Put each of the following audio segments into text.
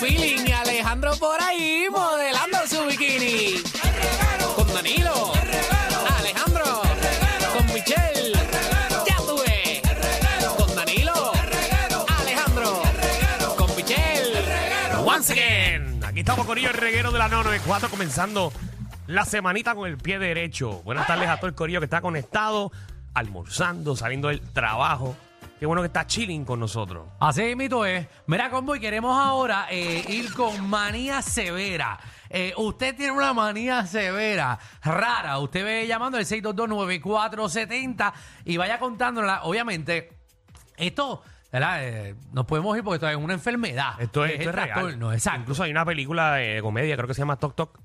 feeling y Alejandro por ahí modelando su bikini. Con Danilo. Alejandro. Con Michelle. Ya tuve. Con Danilo. Alejandro. Con Michelle. Once again. Aquí estamos con el reguero de la 994 comenzando la semanita con el pie derecho. Buenas tardes a todo el corillo que está conectado, almorzando, saliendo del trabajo. Qué bueno que está chilling con nosotros. Así mito es. Mira, Combo, y queremos ahora eh, ir con manía severa. Eh, usted tiene una manía severa, rara. Usted ve llamando al 6229470 y vaya contándola. Obviamente, esto, ¿verdad? Eh, nos podemos ir porque esto es una enfermedad. Esto es, esto es el real. trastorno, exacto. Incluso hay una película de comedia, creo que se llama Tok Tok.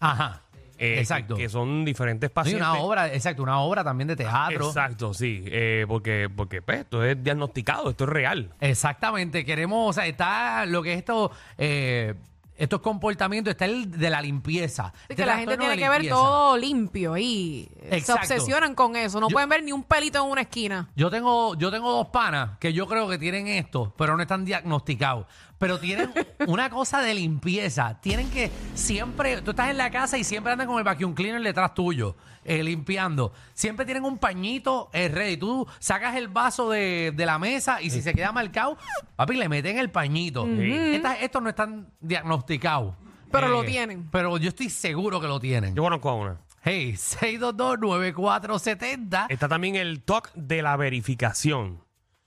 Ajá, eh, exacto. Que, que son diferentes No, y pacientes. una obra, exacto, una obra también de teatro. Exacto, sí. eh, porque, porque pues, esto es diagnosticado, esto es real. Exactamente, queremos, o sea, está lo que es esto, eh, estos comportamientos, está el de la limpieza. Sí, Este que la gente trastorno de tiene que ver limpieza. todo limpio y se Exacto. obsesionan con eso. No Yo- pueden ver ni un pelito en una esquina. Yo tengo, yo tengo dos panas que yo creo que tienen esto, pero no están diagnosticados. Pero tienen una cosa de limpieza. Tienen que siempre, tú estás en la casa y siempre andan con el vacuum cleaner detrás tuyo, eh, limpiando. Siempre tienen un pañito eh, ready. Tú sacas el vaso de, de la mesa y si se queda marcado, papi, le meten el pañito. Estas- estos no están diagnosticados. Eh, Pero lo tienen. Pero yo estoy seguro que lo tienen. Yo conozco a una. Hey, 6229470. Está también el TOC de la verificación.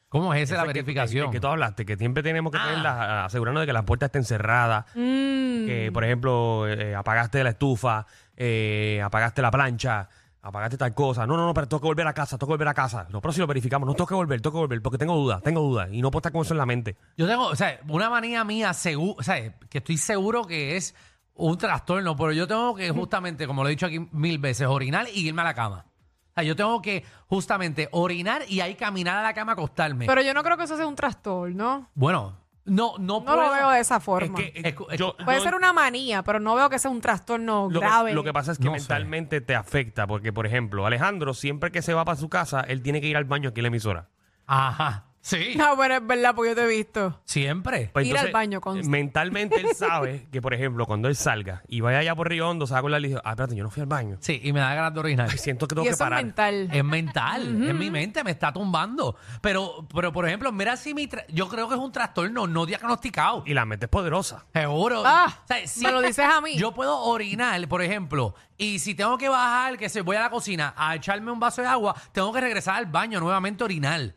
¿Cómo es esa la Ese que- verificación? el Que, tú hablaste, que siempre tenemos que Ah. Mm. tener la- asegurarnos de que la puerta esté encerrada. Que, por ejemplo, eh, apagaste la estufa, eh, apagaste la plancha, apagaste tal cosa. No, no, no, pero tengo que volver a casa, tengo que volver a casa. No, pero si lo verificamos, no tengo que volver, tengo que volver, porque tengo dudas, tengo dudas. Y no puedo estar con eso en la mente. Yo tengo, o sea, una manía mía, segu- o sea, que estoy seguro que es un trastorno, pero yo tengo que justamente, como lo he dicho aquí mil veces, orinar y irme a la cama. O sea, yo tengo que justamente orinar y ahí caminar a la cama, acostarme. Pero yo no creo que eso sea un trastorno. bueno, no, no, No lo veo de esa forma. Es que, eh, Escu- yo- Puede yo- ser una manía, pero no veo que sea un trastorno lo que- grave. lo que pasa es que No sé. mentalmente te afecta, porque, por ejemplo, Alejandro, siempre que se va para su casa, él tiene que ir al baño aquí en la emisora. Ajá, sí, No, pero es verdad, porque yo te he visto. siempre. Pues Ir al baño, consta. Mentalmente él sabe que, por ejemplo, cuando él salga y vaya allá por Río Hondo, se va con la lista. Ah, espérate, yo no fui al baño. Sí, y me da ganas de orinar. Siento que tengo Y que eso es parar. Eh. mental. Es mental, en mi mente me está tumbando. Pero, pero por ejemplo, mira si mi tra- yo creo que es un trastorno no diagnosticado. Y la mente es poderosa. Seguro. Ah, O sea, si- me lo dices a mí. Yo puedo orinar, por ejemplo, y si tengo que bajar, que se voy a la cocina a echarme un vaso de agua, tengo que regresar al baño nuevamente a orinar.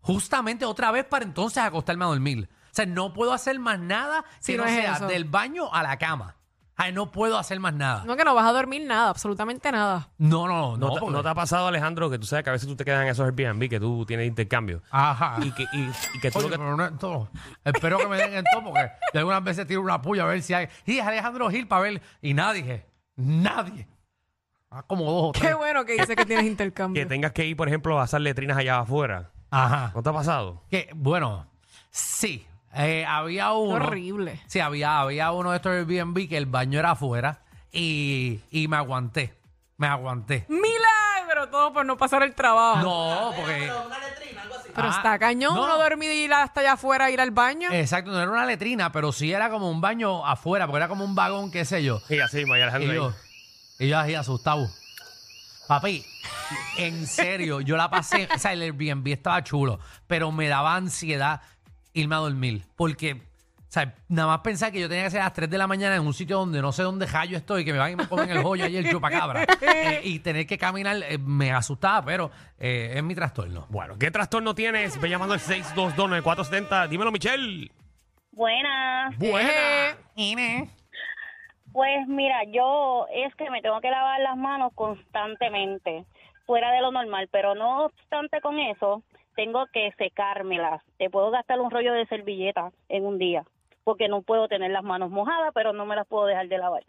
Justamente otra vez para entonces acostarme a dormir. O sea, no puedo hacer más nada Sí, que no, no es sea eso. del baño a la cama. Ay, no puedo hacer más nada. No, que no vas a dormir nada, absolutamente nada. No, no, no. ¿No, te- porque- no te ha pasado, Alejandro, que tú sabes que a veces tú te quedas en esos Airbnb que tú tienes intercambio? Ajá. Y que, y, y que tú Oye, lo que- pero Ah. no en todo. Espero que me den en todo porque de algunas veces tiro una puya a ver si hay. Y es Alejandro Gil para ver. Y nadie, dije, nadie. Ah, como dos o tres. Qué bueno que dices que tienes intercambio. que tengas que ir, por ejemplo, a hacer letrinas allá afuera. Ajá. ¿No te ha pasado? Que, bueno, sí. eh, había Qué uno. horrible. Sí, había, había uno de estos Airbnb que el baño era afuera y, y me aguanté. Me aguanté. Milagro, todo por no pasar el trabajo. No, porque. Pero Ah, está cañón no. uno dormir y ir hasta allá afuera a ir al baño. Eh. Exacto, no era una letrina, pero sí era como un baño afuera, porque era como un vagón, qué sé yo. Y así, María Y Alejandro. yo, ahí. y yo así asustado. Papi, en serio, yo la pasé. O sea, el Airbnb estaba chulo, pero me daba ansiedad irme a dormir. Porque, o sea, nada más pensar que yo tenía que ser a las 3 de la mañana en un sitio donde no sé dónde hallo estoy, que me van y me comen el joyo y el chupacabra. eh, y tener que caminar eh, me asustaba, pero eh, es mi trastorno. Bueno, ¿qué trastorno tienes? Ve llamando al 6229470. Dímelo, Michelle. Buenas. Eh, Pues mira, yo es que me tengo que lavar las manos constantemente, fuera de lo normal, pero no obstante con eso, tengo que secármelas. Te puedo gastar un rollo de servilleta en un día, porque no puedo tener las manos mojadas, pero no me las puedo dejar de lavar.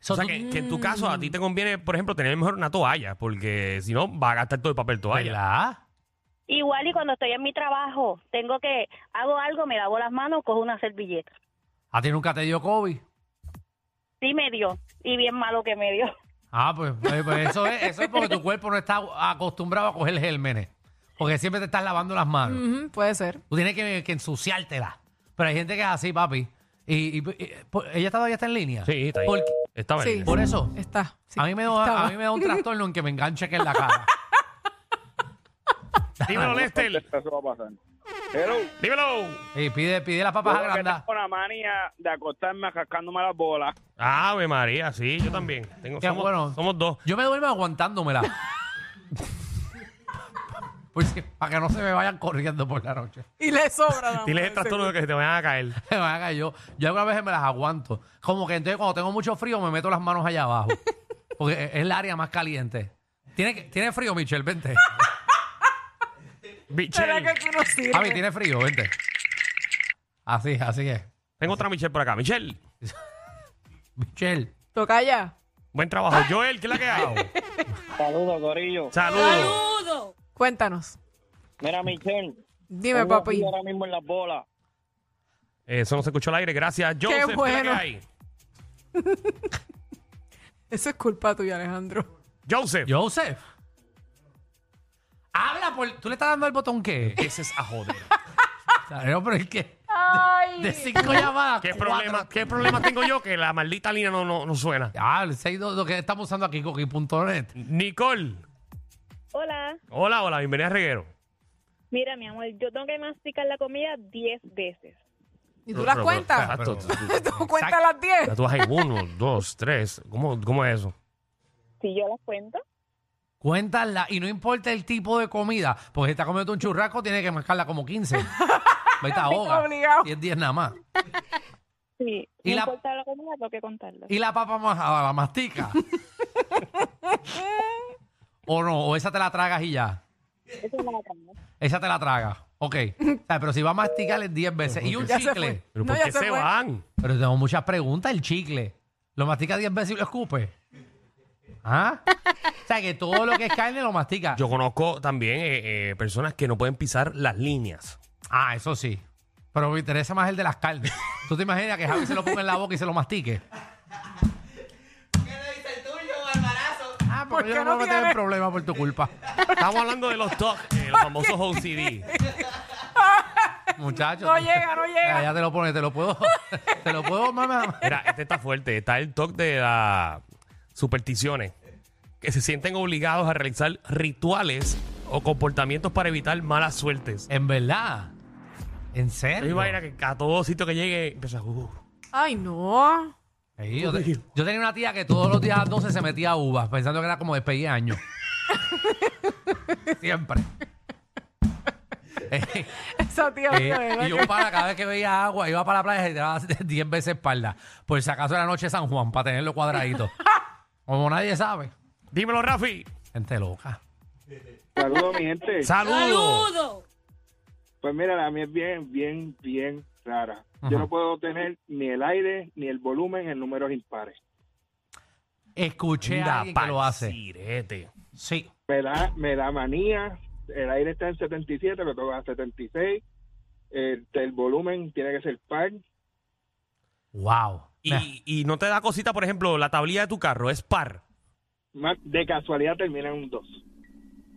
So, o sea, tú- que, que en tu caso a ti te conviene, por ejemplo, tener mejor una toalla, porque si no, va a gastar todo el papel toalla. ¿Verdad? Igual y cuando estoy en mi trabajo, tengo que, hago algo, me lavo las manos, cojo una servilleta. ¿A ti nunca te dio COVID? Sí me dio, y bien malo que me dio. Ah, pues, pues, pues eso, es, eso es porque tu cuerpo no está acostumbrado a coger gérmenes. Porque siempre te Mm. estás lavando las manos. ujú, puede ser. Tú tienes que, que ensuciártela. Pero hay gente que es así, papi. Y, Y, y- y- po- ella todavía está en línea. Sí, está ahí. Porque Estaba Sí. bien. Por eso. Está. sí, a, mí me da, estaba. a mí me da un trastorno en que me enganche que en la cara. Dímelo, Lester. Eso va a pasar. Pero Dímelo. Y pide, pide las papas yo que agrandadas. tengo una manía de acostarme arrascándome las bolas. Ave María, sí, yo también. Tengo, Qué somos, bueno. somos dos. Yo me duermo aguantándomela. Pues, para que no se me vayan corriendo por la noche. Y le sobra. nada Dile más, el trastorno seguro. que se te vayan a caer. Me van a- yo, yo algunas veces me las aguanto. Como que entonces cuando tengo mucho frío me meto las manos allá abajo. Porque es el área más caliente. ¿Tiene, que- tiene frío, Michelle? Vente. Michelle. ¿Será que tú no sirves? Javi, tiene frío, vente. Así, así es. Tengo otra Michelle por acá. Michelle, Michelle. Toca ya. buen trabajo. Joel, ¿qué es la que hago? Saludos, Corillo. Saludos. Cuéntanos. Mira, Michelle. Dime, tengo papi. frío ahora mismo en las bolas. Eso no se escuchó al aire. Gracias, Joseph. ¿qué es la bueno. que hay? Eso es culpa tuya, Alejandro. Joseph. Joseph. Habla por. ¿Tú le estás dando el botón qué? Ese es a joder. No, pero es que. Ay. De cinco llamadas. ¿Qué cuatro- problema, ¿Qué problema tengo yo que la maldita línea no, no, no suena? Ah, el 622 que estamos usando aquí, coqui.net. Nicole. Hola, Hola, hola, bienvenida a Reguero. mira mi amor, yo tengo que masticar la comida 10 veces. ¿Y tú Pero- las pero- cuentas? Exacto. ¿Tú cuentas las 10? Ya tú vas ahí, uno, dos, tres. ¿Cómo, cómo es eso? Si yo las cuento, Cuéntala y no importa el tipo de comida, porque si está comiendo un churrasco tiene que mascarla como 15. Vete a ahoga. obligado. Y es 10 nada más. sí, ¿Y no la- importa la comida, tengo que contarla. Y la papa majada, la mastica. o no, o esa te la tragas y ya. Eso no la cambio. Esa te la tragas. Ok. O sea, pero si va a masticar es 10 veces. Y un Pues Ya se chicle. ¿Pero No, por pues. ya qué se se, fue. van? Pero tengo muchas preguntas. El chicle. ¿Lo mastica 10 veces y lo escupe? ¿Ah? O sea, que todo lo que es carne lo mastica. Yo conozco también eh, eh, personas que no pueden pisar las líneas. Ah, eso sí. Pero me interesa más el de las carnes. ¿Tú te imaginas que Javi se lo ponga en la boca y se lo mastique? Ah, ¿Por porque qué yo no no voy a tener tiene? problemas por tu culpa. Estamos hablando de los TOC, eh, los famosos OCD. Muchachos. No llega, no llega. Ya, ya te lo pone, te lo puedo. Te lo puedo, mamá. Mira, este está fuerte. Está el TOC de las supersticiones. Que se sienten obligados a realizar rituales o comportamientos para evitar malas suertes. En verdad. En Hay serio. vaina que a todo sitio que llegue empieza. "Uh". Ay, no. Sí, yo, te- yo tenía una tía que todos los días a las 12 se metía a uvas, pensando que era como despedir años. Siempre. Eh, Esa tía Eh, mía, de verdad y yo que- para cada vez que veía agua, iba para la playa y te daba 10 veces espalda. Por si acaso era noche de San Juan, para tenerlo cuadradito. Como nadie sabe. Dímelo, Rafi. Gente loca. Saludos, mi gente. Saludos. Pues mira, la mía es bien, bien, bien rara. Yo no puedo tener ni el aire ni el volumen en números impares. Escuché a alguien que lo hace. Sirete. Sí. Me da, me da manía. El aire está en 77, lo tengo en 76. El, Este, el volumen tiene que ser par. Wow. Mira, Y, y no te da cosita, por ejemplo, la tablilla de tu carro es par. Más- De casualidad termina en un 2.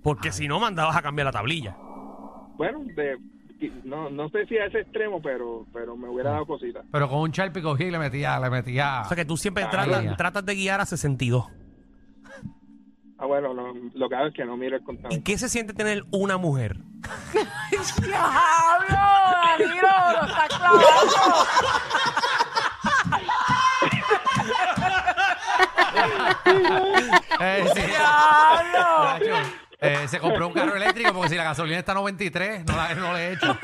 Porque si no, mandabas a cambiar la tablilla. Bueno, de, no, no sé si a ese extremo, pero, pero me hubiera dado cositas. Pero con un Charpi cogí y le metía, le metía. O sea que tú siempre Ah, tratas, ya. tratas de guiar a 62. Ah, bueno, no, lo que hago es que no miro el contador. ¿Y qué se siente tener una mujer? ¡Diablo! Danilo, lo está clavando. Eh, ¡Oh, sí. ¡Diablo! Nacho, eh, se compró un carro eléctrico porque si la gasolina está a 93, no, la, no le he hecho.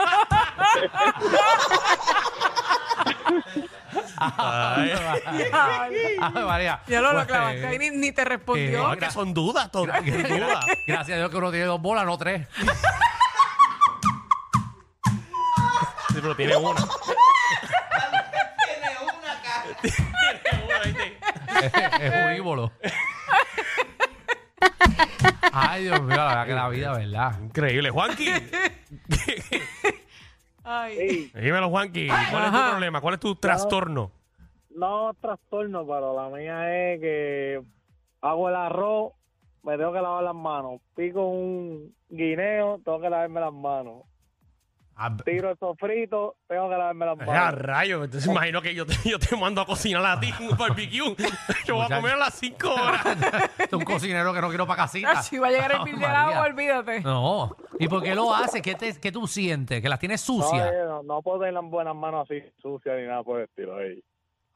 Ay, Ay, María. Ya lo, lo Pues, eh, clavaste ahí, ni, ni te respondió. No, que son dudas, todo. dudas. Gracias a Dios que uno tiene dos bolas, no tres. Sí, pero tiene una. tiene una, Tiene una, ¿viste? es frívolo. Ay, Dios mío, la verdad que la vida, ¿verdad? Increíble. Juanqui, Ay. eh, dímelo, Juanqui. ¿Cuál es tu Ajá. problema? ¿Cuál es tu trastorno? No trastorno, pero la mía es que hago el arroz, me tengo que lavar las manos. Pico un guineo, tengo que lavarme las manos. Ah, tiro el sofrito, tengo que lavarme las Eh, a manos. rayos, entonces imagino que yo te, yo te mando a cocinar a ti un barbecue. Yo voy a comer a las 5 horas. Este es un cocinero que no quiero para casita. Si va a llegar el Ah, bill de María. agua, olvídate. No. ¿Y por qué lo hace? ¿Qué, te- qué tú sientes? ¿Que las tienes No, sucias? eh, no, no puedo tener las buenas manos así sucias ni nada por el estilo. eh.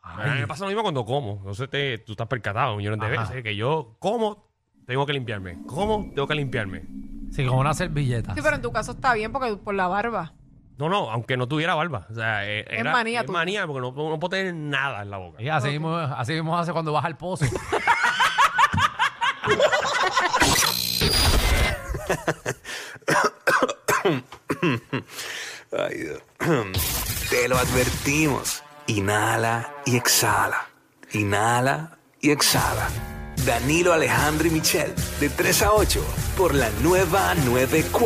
A mí me pasa lo mismo cuando como. No sé, te, tú estás percatado millones de Ajá. veces que yo como, tengo que limpiarme. Como, tengo que limpiarme. Sí, como una servilleta. Sí, pero en tu caso está bien porque por la barba. No, no, aunque no tuviera barba. O sea, eh, Es era- manía Es tuya. manía porque no, no puedo tener nada en la boca. Y así, mismo, así mismo hace cuando vas al pozo. Ay, Dios. Te lo advertimos. Inhala y exhala. Inhala y exhala. Danilo Alejandro y Michel, de 3 a 8, por la nueva 94.